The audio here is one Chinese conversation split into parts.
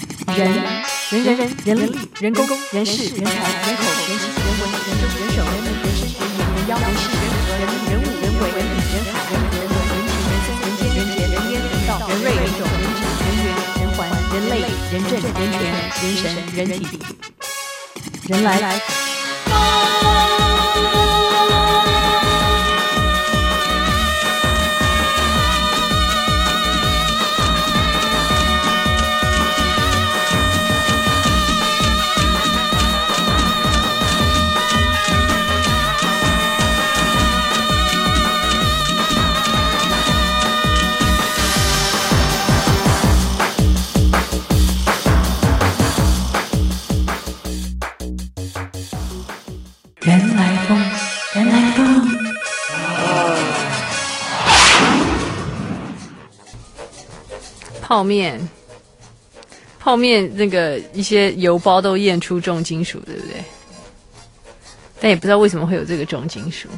人人人人人力人工人事人才人口人情人文人政人手人民人事人民人妖人事人人人物人为人理人海人人文人情人生人间人杰人烟人道人瑞人种人质人缘人环人类人政人权人神人体人来。人来疯，人来疯。泡面，泡面那个一些油包都验出重金属，对不对？但也不知道为什么会有这个重金属。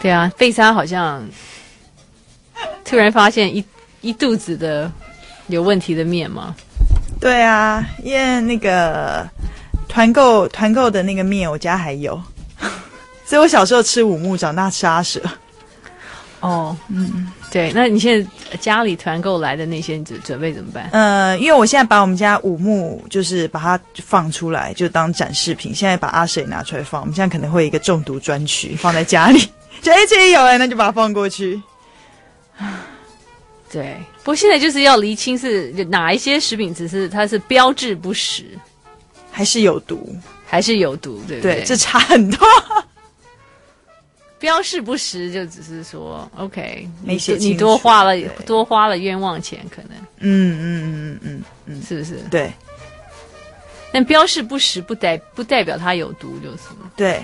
对啊，贝莎好像突然发现一一肚子的有问题的面嘛。对啊，因为那个团购团购的那个面，我家还有， 所以我小时候吃五木，长大吃阿舍。哦，嗯，对。那你现在家里团购来的那些，你准准备怎么办？呃，因为我现在把我们家五木就是把它放出来，就当展示品。现在把阿舍也拿出来放，我们现在可能会有一个中毒专区放在家里。 就哎、这里有哎、那就把它放过去。对，不过现在就是要厘清是哪一些食品只是它是标志不实，还是有毒，还是有毒，对不对，对这差很多。标示不实，就只是说 OK，没你写多你清多楚花了对多花了冤枉钱，可能嗯嗯嗯嗯嗯，是不是？对但标示不实不代不代表它有毒，就是了对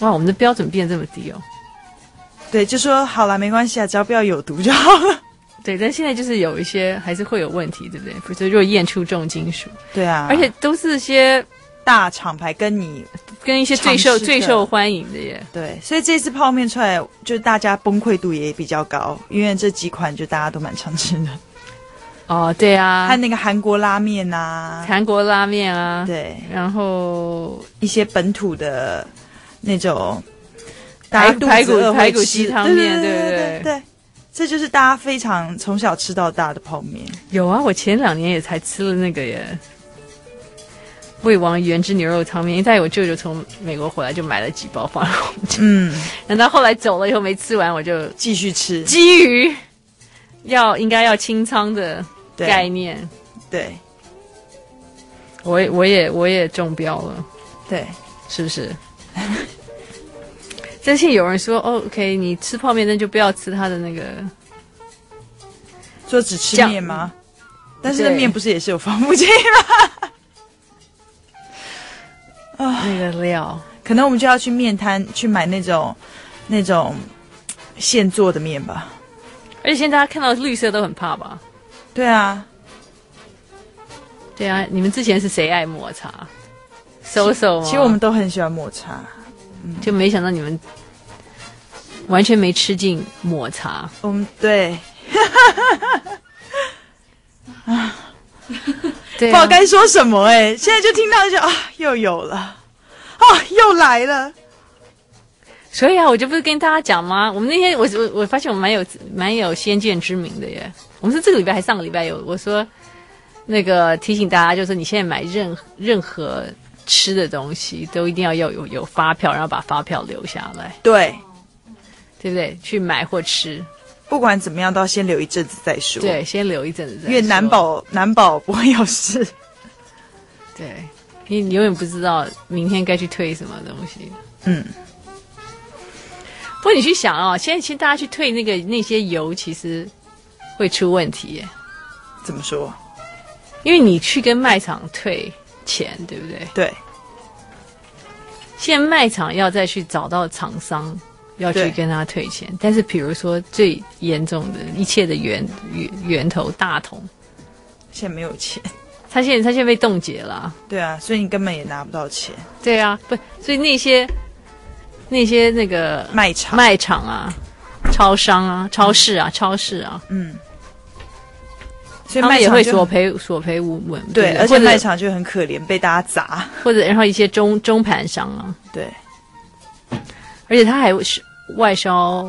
哇，我们的标准变这么低哦。对，就说好了，没关系啊，只要不要有毒就好了。对，但现在就是有一些还是会有问题，对不对？比如说，如果验出重金属，对啊，而且都是些大厂牌跟你跟一些最尝受试的最受欢迎的耶。对，所以这次泡面出来，就大家崩溃度也比较高，因为这几款就大家都蛮常吃的，哦，对啊还有，那个韩国拉面呐、韩国拉面啊，对，然后一些本土的那种大排家肚排子骨饿会排骨吃鸡汤面对对不对对对，这就是大家非常从小吃到大的泡面。有啊，我前两年也才吃了那个耶，魏王原汁牛肉汤面。因为在我舅舅从美国回来就买了 几包放在我们家，嗯，等到后来走了以后没吃完，我就继续吃，基于要应该要清仓的概对念，对我也我也我也中标了，对，是不是？ 但是有人说、哦、，OK，你吃泡面那就不要吃它的那个，说只吃酱面吗？但是那对面不是也是有防腐剂啊那个料，可能我们就要去面摊去买那种那种现做的面吧。而且现在大家看到绿色都很怕吧？对啊，对啊，你们之前是谁爱抹茶？搜搜吗？其实我们都很喜欢抹茶，就没想到你们完全没吃进抹茶。我们对对不知道该说什么哎、现在就听到就啊又有了，哦又来了，所以啊，我就不是跟大家讲吗？我们那天我我我发现我蛮有蛮有先见之明的耶。我们是这个礼拜还是上个礼拜有我说那个提醒大家，就是你现在买任何任何吃的东西都一定要要有有发票，然后把发票留下来，对，对不对？去买或吃，不管怎么样都要先留一阵子再说，，对，先留一阵子再说。因为难保难保不会有事，对，你你永远不知道明天该去退什么东西。嗯，不过你去想哦，现在其实大家去退那个那些油，其实会出问题耶，怎么说？因为你去跟卖场退钱，对不对？对现在卖场要再去找到厂商。要去对跟他退钱，但是比如说最严重的一切的源源源头大同，现在没有钱，他现在他现在被冻结了啊、对啊，所以你根本也拿不到钱，对啊，不，所以那些那些那个卖场，卖场啊、超商啊、超市啊、超市啊，嗯，所以他卖们也场会就索赔索赔无门，对，不而且或者卖场就很可怜，被大家砸。或者然后一些中中盘商啊，对，而且他还是外销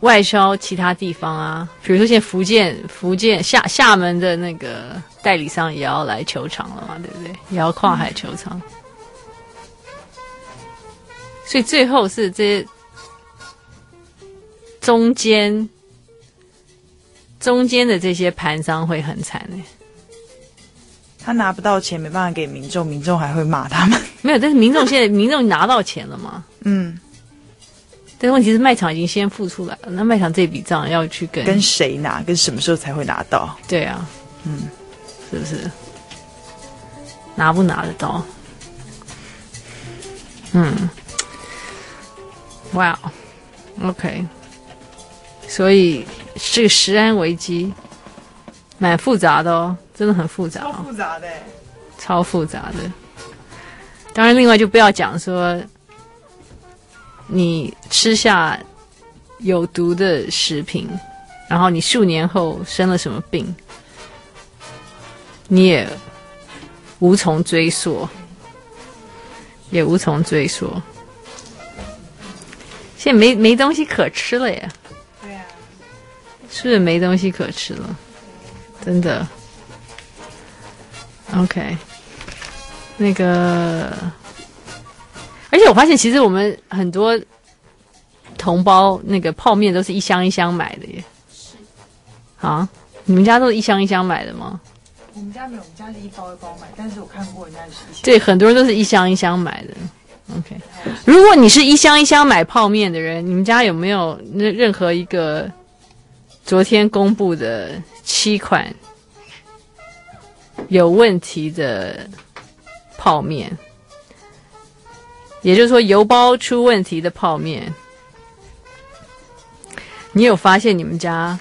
外销其他地方啊，比如说现在福建福建厦厦门的那个代理商也要来球场了嘛，对不对？也要跨海球场，所以最后是这些中间中间的这些盘商会很惨哎、他拿不到钱，没办法给民众，民众还会骂他们。没有，但是民众现在民众拿到钱了嘛？嗯，但是问题是卖场已经先付出来了，那卖场这笔账要去跟跟谁拿，跟什么时候才会拿到？对啊，嗯，是不是？拿不拿得到？嗯，哇、o k 所以这个食安危机蛮复杂的哦，真的很复杂、哦。复杂的。欸超复杂的。当然，另外就不要讲说你吃下有毒的食品，然后你数年后生了什么病，你也无从追溯，也无从追溯。现在没没东西可吃了耶，对啊，是不是没东西可吃了？真的。OK，那个，而且我发现其实我们很多同胞那个泡面都是一箱一箱买的耶。啊，你们家都是一箱一箱买的吗？我们家没有，我们家是一包一包买，但是我看过人家是一起。对，很多人都是一箱一箱买的。OK，如果你是一箱一箱买泡面的人，你们家有没有任任何一个昨天公布的七款有问题的泡面？也就是说，邮包出问题的泡面，你有发现你们家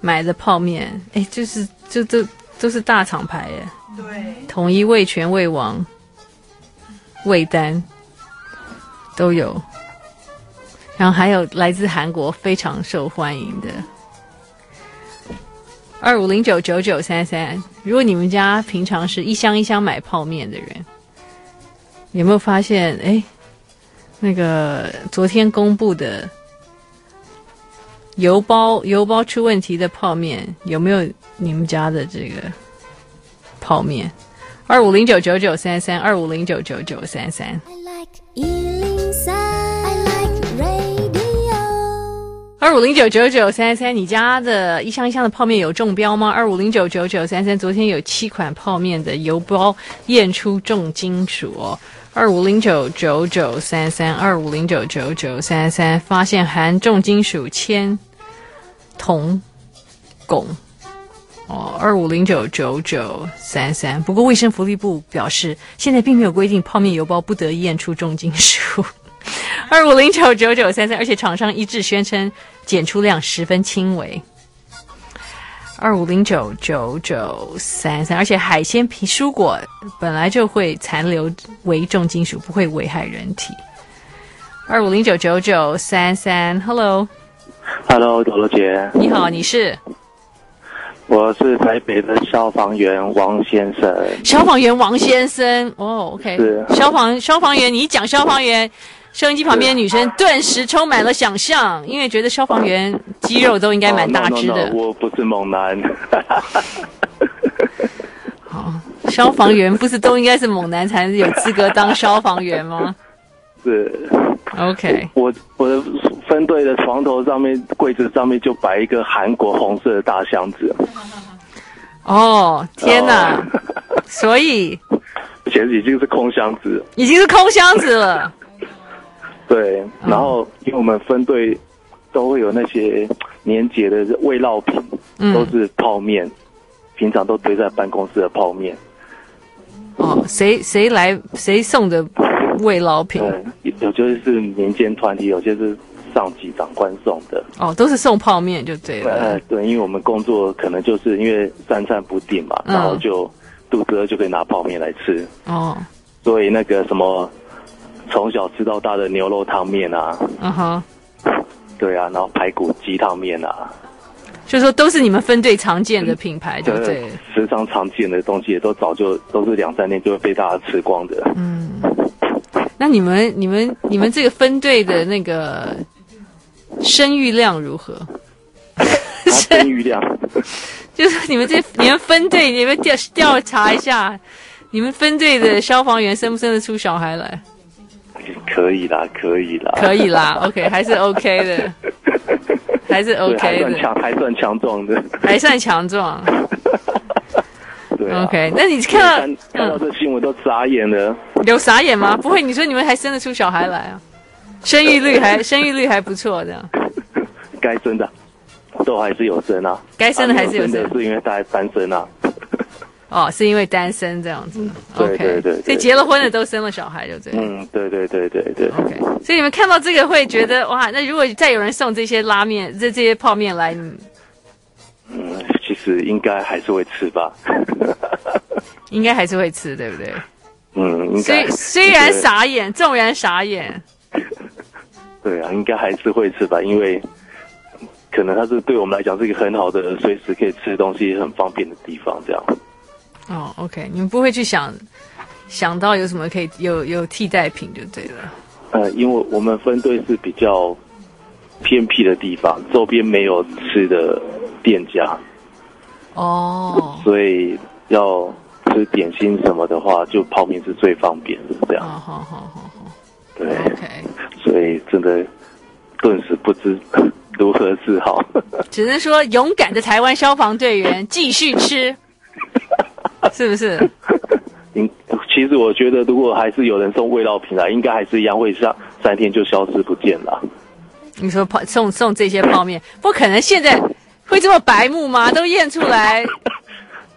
买的泡面？哎，就是就都都是大厂牌耶。对，统一、味全、味王、味丹都有，然后还有来自韩国非常受欢迎的二五零九九九三三。如果你们家平常是一箱一箱买泡面的人，有没有发现？哎，那个昨天公布的邮包邮包出问题的泡面，有没有你们家的这个泡面？二五零九九九三三，二五零九九九三三。 I like Ealing Sound. I like radio. 二五零九九九三三，你家的一箱一箱的泡面有中标吗？二五零九九九三三，昨天有七款泡面的邮包验出重金属哦。二五零九九九三三，二五零九九九三三，发现含重金属铅、铜、汞。哦，二五零九九九三三。不过卫生福利部表示，现在并没有规定泡面邮包不得验出重金属。二五零九九九三三，而且厂商一致宣称检出量十分轻微。二五零九九九三三，而且海鲜、皮蔬果本来就会残留为重金属，不会危害人体。二五零九九九三三，Hello， Hello，朵罗姐，你好，你是我是台北的消防员王先生。消防员王先生哦、o k 是消防消防员，你一讲消防员，收音机旁边的女生顿时充满了想象，因为觉得消防员肌肉都应该蛮大只的。哦 no, no, no, 我不是猛男。 哦，消防员不是都应该是猛男才有资格当消防员吗是 ？OK，我我的分队的床头上面柜子上面就摆一个韩国红色的大箱子。哦，天哪！ 所以而且已经是空箱子。已经是空箱子了。对，嗯然后因为我们分队都会有那些年节的味烙品，嗯都是泡面，平常都堆在办公室的泡面。哦，谁谁来谁送的慰劳品？对，有些是民间团体，有些是上级长官送的。哦，都是送泡面就对了呃。，对，因为我们工作可能就是因为三餐不定嘛，嗯然后就肚子饿就可以拿泡面来吃，哦，所以那个什么从小吃到大的牛肉汤面啊，嗯哼，对啊，然后排骨鸡汤面啊，就是说都是你们分队常见的品牌，对不对？时常常见的东西也都早就都是两三年就会被大家吃光的。嗯那你们、你们、你们这个分队的那个生育量如何？它生育量， 就是你们这、你们分队，你们调调查一下，你们分队的消防员生不生得出小孩 来？可以啦，可以啦，可以啦，OK，还是 OK 的，还是对，还 OK 算的，强，还算强壮的。 还算强壮。对啊 OK，那你看看到看到嗯这新闻都傻眼了。有傻眼吗？不会，你说你们还生得出小孩来啊？生育率 还生育率还不错，这样该生的都还是有生啊，该生的啊还是有生没生的是因为大家单身啊。哦，是因为单身这样子。对 OK，对对对所以结了婚的都生了小孩，就这样。嗯，对对对对对， OK，所以你们看到这个会觉得哇，那如果再有人送这些拉面、这这些泡面来，你嗯，其实应该还是会吃吧。 应该还是会吃，对不对？嗯，应所该以虽然对傻眼，纵然傻眼，对啊，应该还是会吃吧，因为可能它是对我们来讲是一个很好的，随时可以吃东西、很方便的地方。这样，哦，OK，你们不会去想想到有什么可以有有替代品就对了。呃，因为我们分队是比较偏僻的地方，周边没有吃的店家，哦，所以要吃点心什么的话，就泡面是最方便的。这哦，样，好好好好对， ，OK，所以真的顿时不知 如何是好。只能说勇敢的台湾消防队员继续吃，是不是？应其实我觉得，如果还是有人送味道品来，啊应该还是一样会上三天就消失不见了。你说泡送送这些泡面，不可能现在会这么白目吗？都验出来，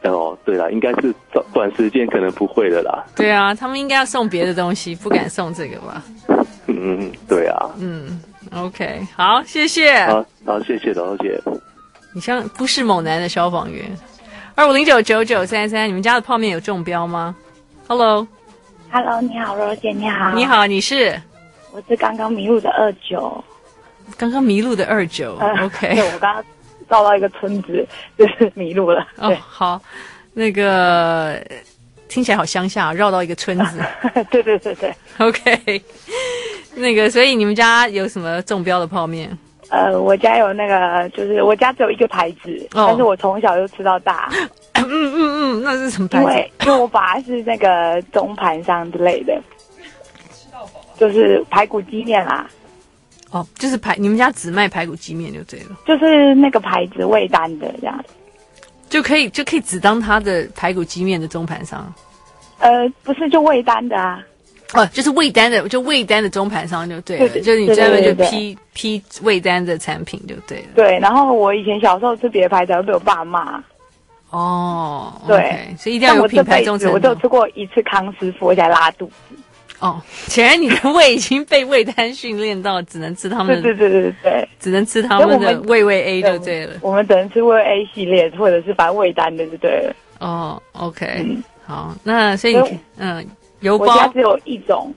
哦，对了，应该是短短时间可能不会了啦。对啊，他们应该要送别的东西，不敢送这个吧嗯，对啊。 ？OK，好，谢谢。好，好，谢谢老姐。你像不是猛男的消防员，二五零九九九三三，你们家的泡面有中标吗？Hello， Hello，你好，柔柔姐，你好，你，好，你是我是刚刚迷路的二九，刚刚迷路的二九呃 对，OK，我刚刚绕到一个村子， 就是迷路了，哦，好，那个听起来好乡下，啊绕到一个村 子对，对对对对， ，OK，那个，所以你们家有什么中标的泡面？呃，我家有那个，就是我家只有一个牌子，哦但是我从小就吃到大，嗯嗯嗯，那是什么因牌子？为因为我爸是那个中盘商之类的，就是排骨鸡面啊啦，哦，就是排，你们家只卖排骨鸡面就对了，就是那个牌子味丹的这样，就可以就可以只当它的排骨鸡面的中盘商。呃，不是就味丹的啊，哦，就是味丹的，就味丹的中盘商就对了，对对就是你专门就对对对批批味丹的产品就对了。对，然后我以前小时候吃别的牌子还被我爸骂，哦，对 OK，所以一定要但有我品这牌辈忠子诚我度就。吃过一次康师傅，而且还拉肚子。哦，显然你 的胃已经被味丹训练到，只能吃他对们对的，对对对只能吃他们所以的我们味味 A 对，就对了。我们只能吃味 A 系列，或者是反正味丹的就对了。哦，OK，好，那所以所以你嗯，油嗯我家包只有一种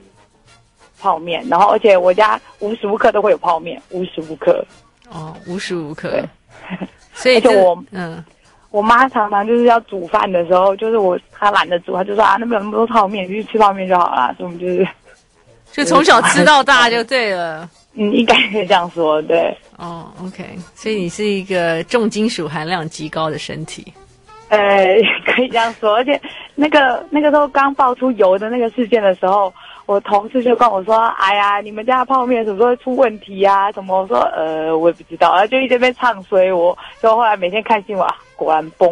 泡面，然后而且我家无时无刻都会有泡面，无时无刻。哦，无时无刻对。所以 而且这我嗯，我妈常常就是要煮饭的时候，就是我她懒得煮，她就说啊那边有那么多泡面，你去吃泡面就好啦。所以我们就是就从小吃到大就对了。嗯，应该可以这样说，对。哦，OK，所以你是一个重金属含量极高的身体。呃， 可以这样说，而且那个那个时候刚爆出油的那个事件的时候，我同事就跟我说：“哎呀，你们家的泡面什么时候会出问题啊？什么？”我说：“呃，我也不知道。”然后就一直被唱衰我，就后来每天看新闻，啊、果然崩，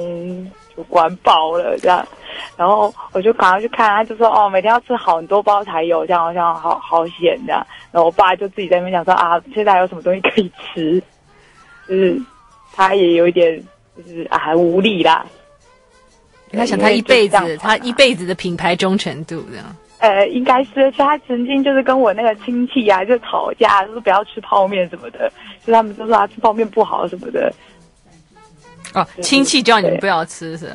就果然爆了这样。然后我就赶快去看，他就说：“哦，每天要吃好很多包才有，这样好像好好险这样。”然后我爸就自己在那边讲说：“啊，现在还有什么东西可以吃？”就是他也有一点。就是啊，无力啦，他想他一辈因为子，就这样他一辈子的品牌忠诚度这样。呃，应该是，而且他曾经就是跟我那个亲戚啊，就吵架，就是不要吃泡面什么的，就他们就说他吃泡面不好什么的，哦，对亲戚叫你们对不要吃是吧？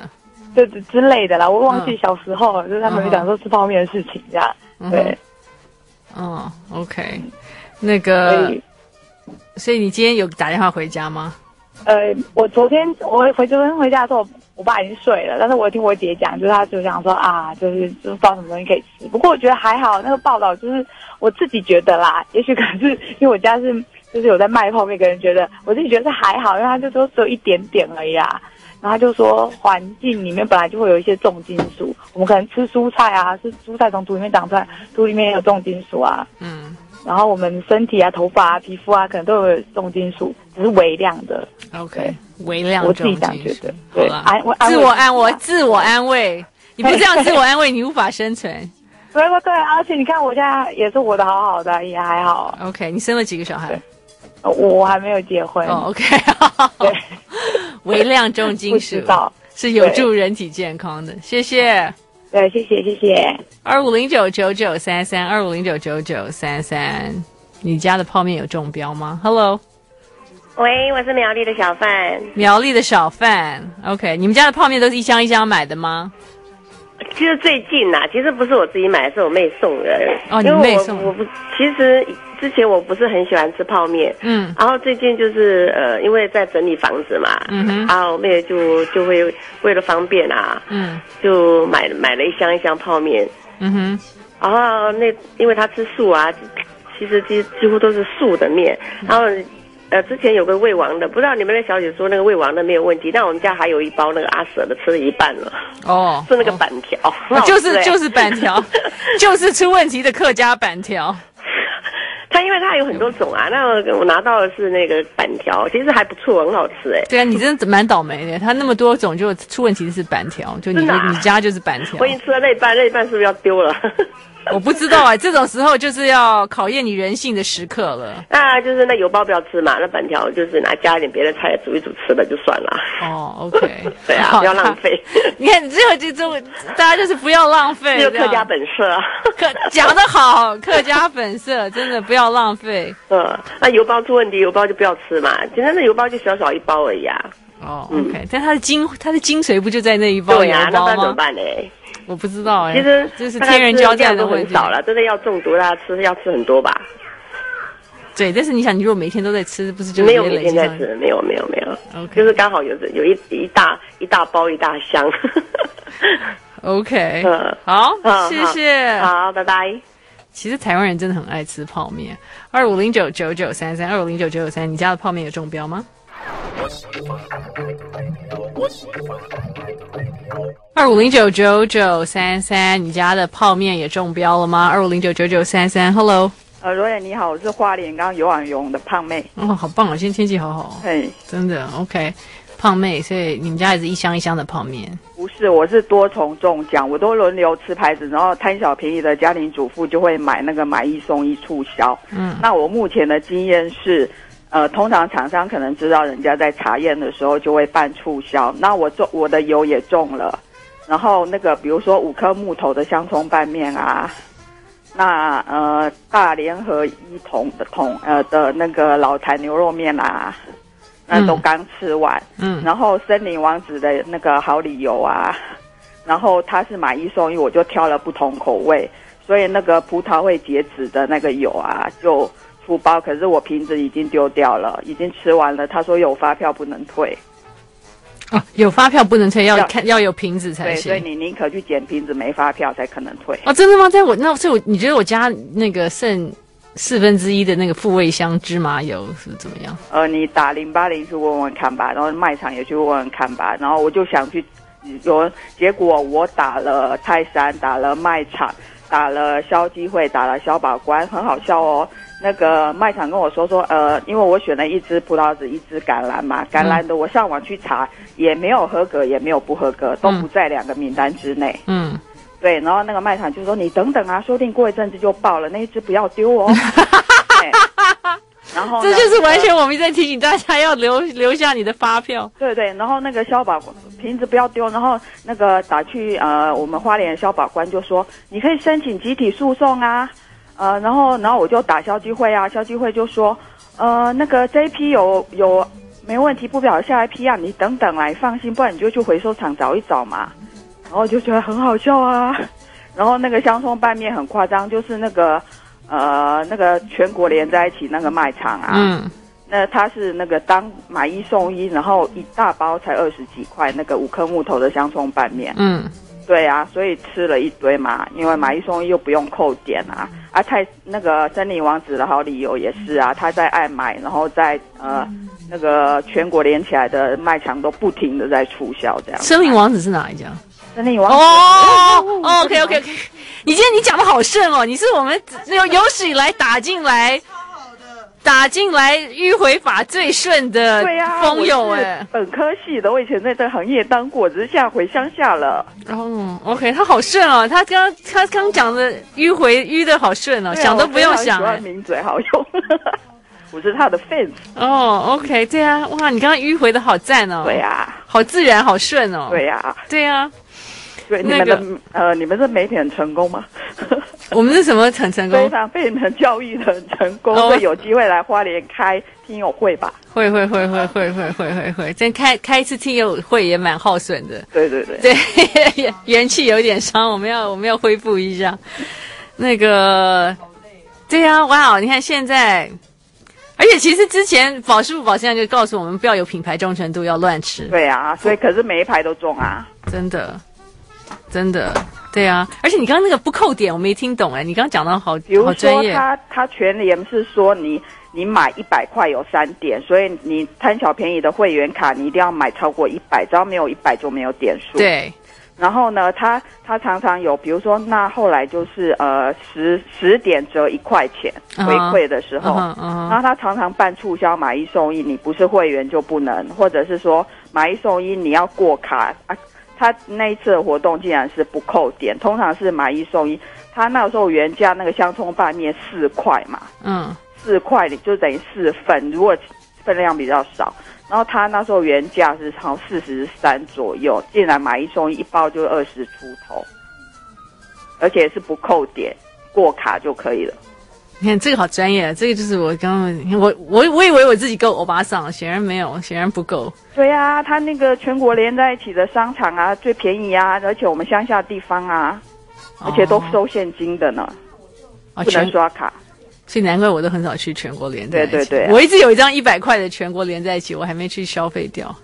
这之之类的啦。我忘记嗯小时候、就是他们讲说吃泡面的事情这样，嗯对，哦，OK，那所个以，所以你今天有打电话回家吗？呃，我昨天我回昨天回家的时候，我爸已经睡了，但是我听我姐讲，就是她就想说啊，就是就是不知道什么东西可以吃。不过我觉得还好，那个报道就是我自己觉得啦，也许可能是因为我家是就是有在卖泡面，个人觉得我自己觉得是还好，因为他就说只有一点点而已啦。然后他就说环境里面本来就会有一些重金属，我们可能吃蔬菜啊，是蔬菜从土里面长出来，土里面也有重金属啊。嗯然后我们身体啊、头发啊、皮肤啊，可能都有重金属，只是微量的。 ，OK，微量我自己重这样金觉属得，，好对，啦，安慰安慰自我安慰 慰，，自我安慰，你不这样自我安慰，你无法生存。对对对，而且你看我现在也是活得好好的，也还好， OK，你生了几个小孩对？我我还没有结婚，哦，OK，对， 微量重金不属知道，是有助人体健康的，谢谢。对，谢谢谢谢，二五零九九九三三，二五零九九九三三，你家的泡面有中标吗？Hello，喂，我是苗栗的小范，苗栗的小贩，OK，你们家的泡面都是一箱一箱买的吗？其实最近呐、其实不是我自己买，是我妹送的。哦你因为妹我送的我不，其实之前我不是很喜欢吃泡面，嗯然后最近就是呃，因为在整理房子嘛，嗯哼啊，我妹就就会为了方便啊，嗯就买买了一箱一箱泡面。嗯哼，然后那因为她吃素啊，其实几几乎都是素的面，嗯然后。呃，之前有个胃王的，不知道你们那小姐说那个胃王的没有问题，但我们家还有一包那个阿舍的，吃了一半了。哦，是那个哦板条，很啊好吃就是哎就是板 条，就是出问题的客家板条。它，因为它有很多种啊。那我拿到的是那个板条，其实还不错，很好吃哎。对啊，你真的蛮倒霉的，他那么多种，就出问题的是板条，就你真的啊你家就是板条我。已经吃了那一半，那一半是不是要丢了？ 我不知道啊，这种时候就是要考验你人性的时刻了。那就是那油包不要吃嘛，那板条就是拿加一点别的菜煮一煮吃了就算了。哦，OK， 对啊，好不要浪。费， 你看，这个就就大家就是不要浪费，这就这客样家本色啊。客讲得好，客家本色，真的不要浪费 嗯，那油包出问题，油包就不要吃嘛。简单的油包就小小一包而已啊。哦。嗯 OK，但它的精它的精髓不就在那一包对哦油呀、那不包然怎么吗？办呢？我不知道哎，其实这是大概天人吃的交战量的都问很题。少了，真的要中毒，大家吃要吃很多吧。对，但是你想，你如果每天都在吃，不是就没有直接每累积天在上去吃，没有没有没有 OK 就是刚好有有一一大一大包一大箱。 ？OK，嗯好嗯，谢谢。好，拜拜。其实台湾人真的很爱吃泡面。二五零九九九三三，二五零九九九三，你家的泡面有中标吗？二五零九九九三三，你家的泡面也中标了吗？二五零九九九三三，Hello，呃，罗远你好，我是花莲刚游完泳的胖妹。哦，好棒哦！今天天气好好哦，嘿，真的 OK。胖妹，所以你们家也是一箱一箱的泡面。不是，我是多重中奖，我都轮流吃牌子，然后贪小便宜的家庭主妇就会买那个买一送一促销。嗯那我目前的经验是，呃，通常厂商可能知道人家在查验的时候就会办促销，那我中我的油也中了，然后那个比如说五颗木头的香葱拌面啊，那呃大联合一桶的桶呃的那个老坛牛肉面啊，那都嗯刚吃完。嗯，然后森林王子的那个好理由啊，然后他是买一送一，我就挑了不同口味，所以那个葡萄会截止的那个油啊就出包，可是我瓶子已经丢掉了，已经吃完了。他说有发票不能退，哦，有发票不能退，要要看要有瓶子才对，所以行。你宁可去捡瓶子没发票才可能退。哦，真的吗？在我那，所以我你觉得我家那个剩四分之一的那个复味香芝麻油是怎么样？呃，你打零八零去问问看吧，然后卖场也去问问看吧，然后我就想去，有结果我打了泰山，打了卖场，打了消基会，打了消保官，很好笑哦。那个卖场跟我说说，呃，因为我选了一只葡萄籽，一只橄榄嘛，橄榄的我上网去查也没有合格，也没有不合格，都不在两个名单之内。嗯，对，然后那个卖场就说你等等啊，说不定过一阵子就爆了，那一只不要丢哦。对然后呢这就是完全我们在提醒大家要留留下你的发票。对对，然后那个消保瓶子不要丢，然后那个打去呃，我们花莲的消保官就说你可以申请集体诉讼啊，呃，然后然后我就打消基会啊，消基会就说呃，那个这一批有有没问题，不表示下一批啊，你等等来放心，不然你就去回收厂找一找嘛。然后就觉得很好笑啊， 然后那个香葱拌面很夸张，就是那个呃那个全国连在一起那个卖场啊，嗯那它是那个当买一送一，然后一大包才二十几块，那个五颗木头的香葱拌面。嗯，对啊，所以吃了一堆嘛，因为买一送一又不用扣点啊。啊，太那个森林王子的好理由也是啊，他在爱买，然后在呃嗯那个全国连起来的卖场都不停的在促销这样。森林王子是哪一家？森林王子哦，OK OK OK，你今天你讲的好顺哦，你是我们有有史以来打进来。打进来迂回法最顺的对呀、风友我是哎、本科系的，我以前在这行业当过，只是现在回乡下了。哦、o k 他好顺哦，他刚他刚讲的迂回迂的好顺哦，对啊想都不用想哎、我非常喜欢名嘴好用， 我是他的 fans。哦、o k 对啊，哇，你刚刚迂回的好赞哦，对、呀、好自然，好顺哦，对呀、对啊，对你那们个哦的呃，你们这媒体很成功吗？我们是什么很成 非功？常被你们教育的很成功，哦所以有机会来花莲开听友会吧。会会会会会会会会会，真开开一次听友会也蛮耗损的，对对对， 对，元气有点伤，我们要我们要恢复一下。那个，对啊，哇，你看现在，而且其实之前宝师傅宝先生就告诉我们，不要有品牌忠诚度，要乱吃，对啊，所以可是每一排都中啊。真的，真的，对啊。而且你刚刚那个不扣点，我没听懂哎，你刚刚讲的好比如好专说业，他他全联是说你你买一百块有三点，所以你贪小便宜的会员卡你一定要买超过一百，只要没有一百就没有点数。。对，然后呢，他他常常有，比如说那后来就是呃十十点折一块钱嗯回馈的时候啊嗯哼嗯哼然后他常常办促销买一送一，你不是会员就不能，或者是说买一送一你要过卡啊。他那一次的活动竟然是不扣点，通常是买一送一。他那时候原价那个香葱拌面四块嘛，嗯四块你就等于四份，如果分量比较少。然后他那时候原价是好四十三左右，竟然买一送一，一包就二十出头，而且是不扣点，过卡就可以了。你看这个好专业，啊这个就是我刚刚我我我以为我自己够欧巴桑，显然没有，显然不够。对啊，他那个全国连在一起的商场啊，最便宜啊，而且我们乡下地方啊，而且都收现金的呢，哦啊不能全刷卡。所以难怪我都很少去全国连在一起。对对对啊我一直有一张一百块的全国连在一起，我还没去消费掉。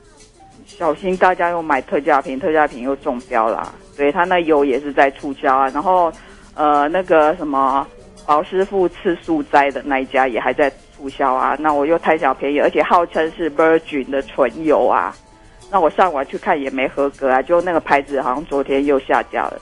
小心大家又买特价品，特价品又中标啦。对他那油也是在促销啊，然后呃那个什么宝师傅吃素斋的那一家也还在促销啊。那我又贪小便宜，而且号称是 Virgin 的纯油啊。那我上网去看也没合格啊，就那个牌子好像昨天又下架了。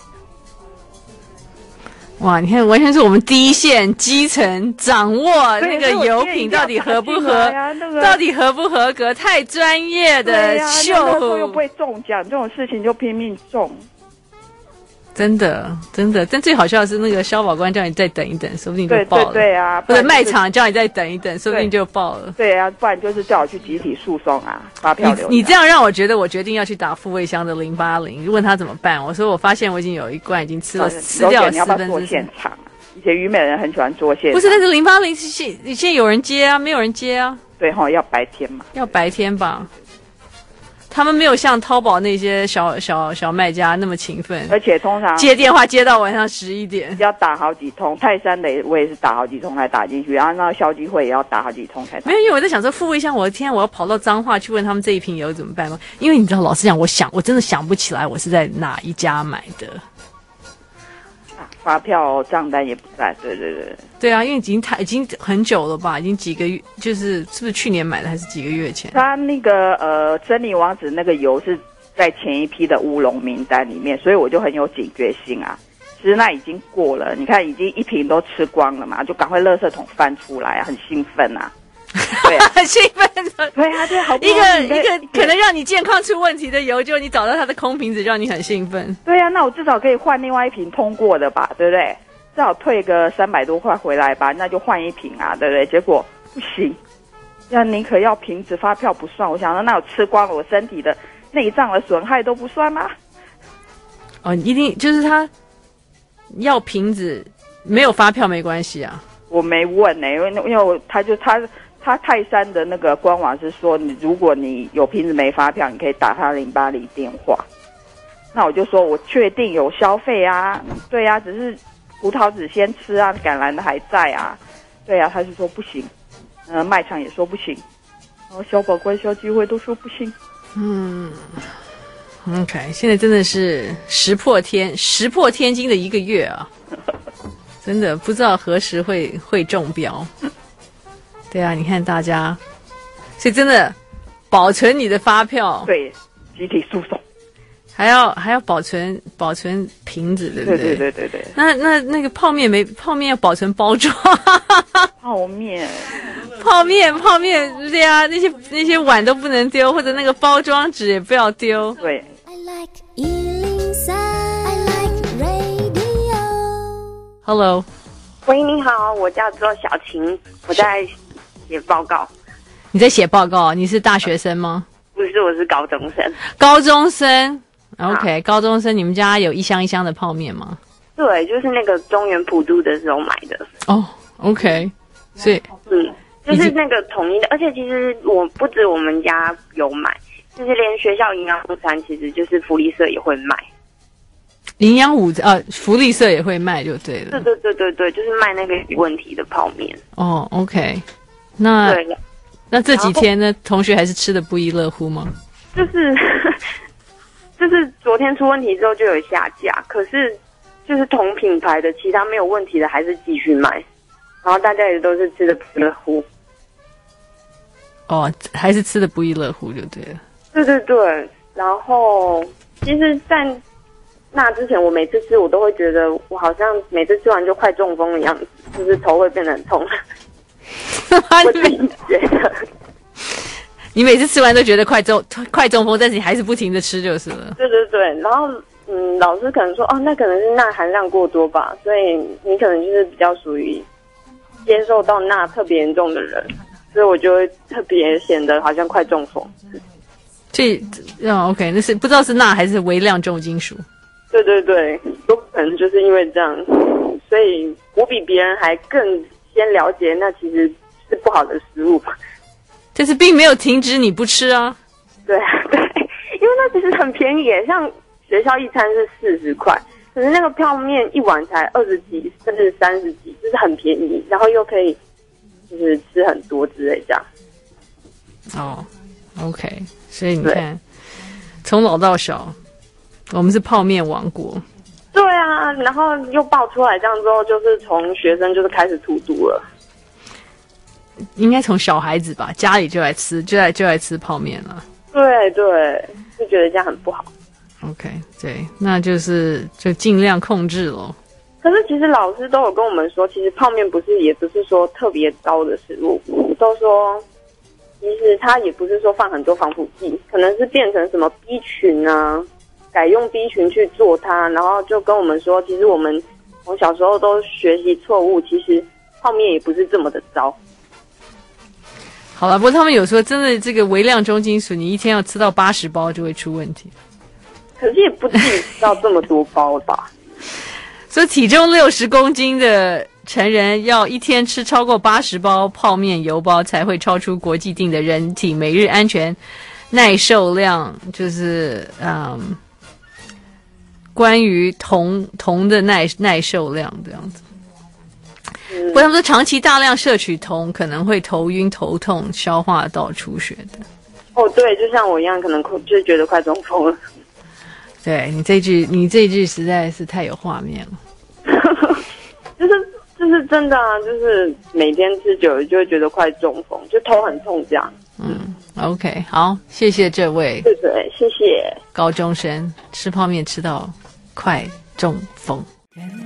哇，你看，完全是我们第一线基层掌握那个油品到底合不合，啊？那个到底合不合格，太专业的对呀、秀那个时候又不乎，会中奖，这种事情就拼命中。真的真的。但最好笑的是，那个消保官叫你再等一等，说不定就对爆对了；对啊，不或者然卖就是。场叫你再等一等，说不定对就爆了。对啊，不然就是叫我去集体诉讼啊，发票留你你着这样让我觉得，我决定要去打富卫香的零八零，问他怎么办。我说我发现我已经有一罐已经吃了，吃老掉了姐哦你四要不要分做之现三。场啊？以前虞美人很喜欢做现场，不是，但是零八零现现在有人接啊，没有人接啊，对哈、要白天嘛。要白天吧。他们没有像淘宝那些小小小卖家那么勤奋，而且通常接电话接到晚上十一点。要打好几通，泰山的我也是打好几通才打进去，然后那个消基会也要打好几通才打没。有，因为我在想说富卫香，我的天，我要跑到彰化去问他们这一瓶油怎么办吗？因为你知道，老实讲，我想我真的想不起来我是在哪一家买的。发票账单也不在，对对对，对啊，因为已经太已经很久了吧，已经几个月，就是是不是去年买的还是几个月前？ 他那个呃，真理王子那个油是在前一批的乌龙名单里面，所以我就很有警觉性啊。其实那已经过了，你看已经一瓶都吃光了嘛，就赶快垃圾桶翻出来啊，很兴奋啊。对啊，很兴奋的。对啊，对啊，好不一容易个你在一个可能让你健康出问题的油，就你找到它的空瓶子，让你很兴奋。对啊呀、那我至少可以换另外一瓶通过的吧，对不对？至少退个三百多块回来吧，那就换一瓶啊，对不对？结果不行，要宁可要瓶子发票不算。我想说，那我吃光了我身体的内脏的损害都不算吗？哦，一定就是它要瓶子没有发票没关系啊。我没问呢、因为因为我他就他他泰山的那个官网是说，你如果你有瓶子没发票，你可以打他零八零电话。那我就说我确定有消费啊，对啊，只是葡萄籽先吃啊，橄榄的还在啊，对啊，他就说不行，呃，卖场也说不行，然后消保官、消基会都说不行。嗯，OK，现在真的是石破天石破天惊的一个月 啊，真的不知道何时会会中标。对啊，你看大家，所以真的保存你的发票，对，集体诉讼。还要还要保存保存瓶子，对不对对对对对，那那那个泡面没泡面要保存包装， 泡面泡面泡面对啊，那些那些碗都不能丢，或者那个包装纸也不要丢。对。 I like Ealing Sound. I like radio. Hello，喂，你好，我叫周小晴，我在写报告，你在写报告，啊你是大学生吗？不是，我是高中生。高中生，OK，高啊中生，你们家有一箱一箱的泡面吗？对，就是那个中原普渡的时候买的，哦、o k 所以嗯，就已是经那个统一的，而且其实我不止我们家有买，就是连学校营养午餐，其实就是福利社也会卖。营养午呃福利社也会卖就对对了。对对对对，就是卖那个有问题的泡面。哦、o k 那对，那这几天呢，同学还是吃的不亦乐乎吗？就是 就是昨天出问题之后就有下架，可是就是同品牌的其他没有问题的还是继续卖，然后大家也都是吃的不亦乐乎。哦，还是吃的不亦乐乎就对了。对对对，然后其实，在那之前，我每次吃我都会觉得我好像每次吃完就快中风一样，就是头会变得很痛。 我你自己每觉得， 你每次吃完都觉得快中快中风，但是你还是不停的吃就是了。对对对，然后嗯，老师可能说哦，那可能是钠含量过多吧，所以你可能就是比较属于接受到钠特别严重的人，所以我就会特别显得好像快中风。所以，哦，OK，那是不知道是钠还是微量重金属。对对对，有可能就是因为这样，所以我比别人还更先了解那其实是不好的食物。但是并没有停止你不吃啊。对啊，对，因为那其实很便宜耶，像学校一餐是四十块，可是那个泡面一碗才二十几，甚至三十几，就是很便宜，然后又可以就是吃很多之类这样。哦，OK，所以你看，从老到小，我们是泡面王国。对啊，然后又爆出来这样之后，就是从学生就是开始荼毒了。应该从小孩子吧，家里就来吃，就来就来吃泡面了。对对，就觉得这样很不好。 OK，对，那就是就尽量控制咯。可是其实老师都有跟我们说，其实泡面不是也不是说特别高的食物，都说其实它也不是说放很多防腐剂，可能是变成什么 B 群啊，改用 B 群去做它，然后就跟我们说，其实我们从小时候都学习错误，其实泡面也不是这么的糟。好了，不过他们有说，真的这个微量重金属，你一天要吃到八十包就会出问题。可是也不至于吃到这么多包吧？所以体重六十公斤的成人要一天吃超过八十包泡面油包，才会超出国际定的人体每日安全耐受量，就是嗯，关于铜铜的耐耐受量这样子。不过他们说，长期大量摄取铜可能会头晕、头痛、消化道出血的。哦，对，就像我一样，可能快就觉得快中风了。对你这句，你这句实在是太有画面了。就是就是真的啊，就是每天吃久了就会觉得快中风，就头很痛这样。 OK，好，谢谢这位对对，谢谢。高中生吃泡面吃到快中风。原来。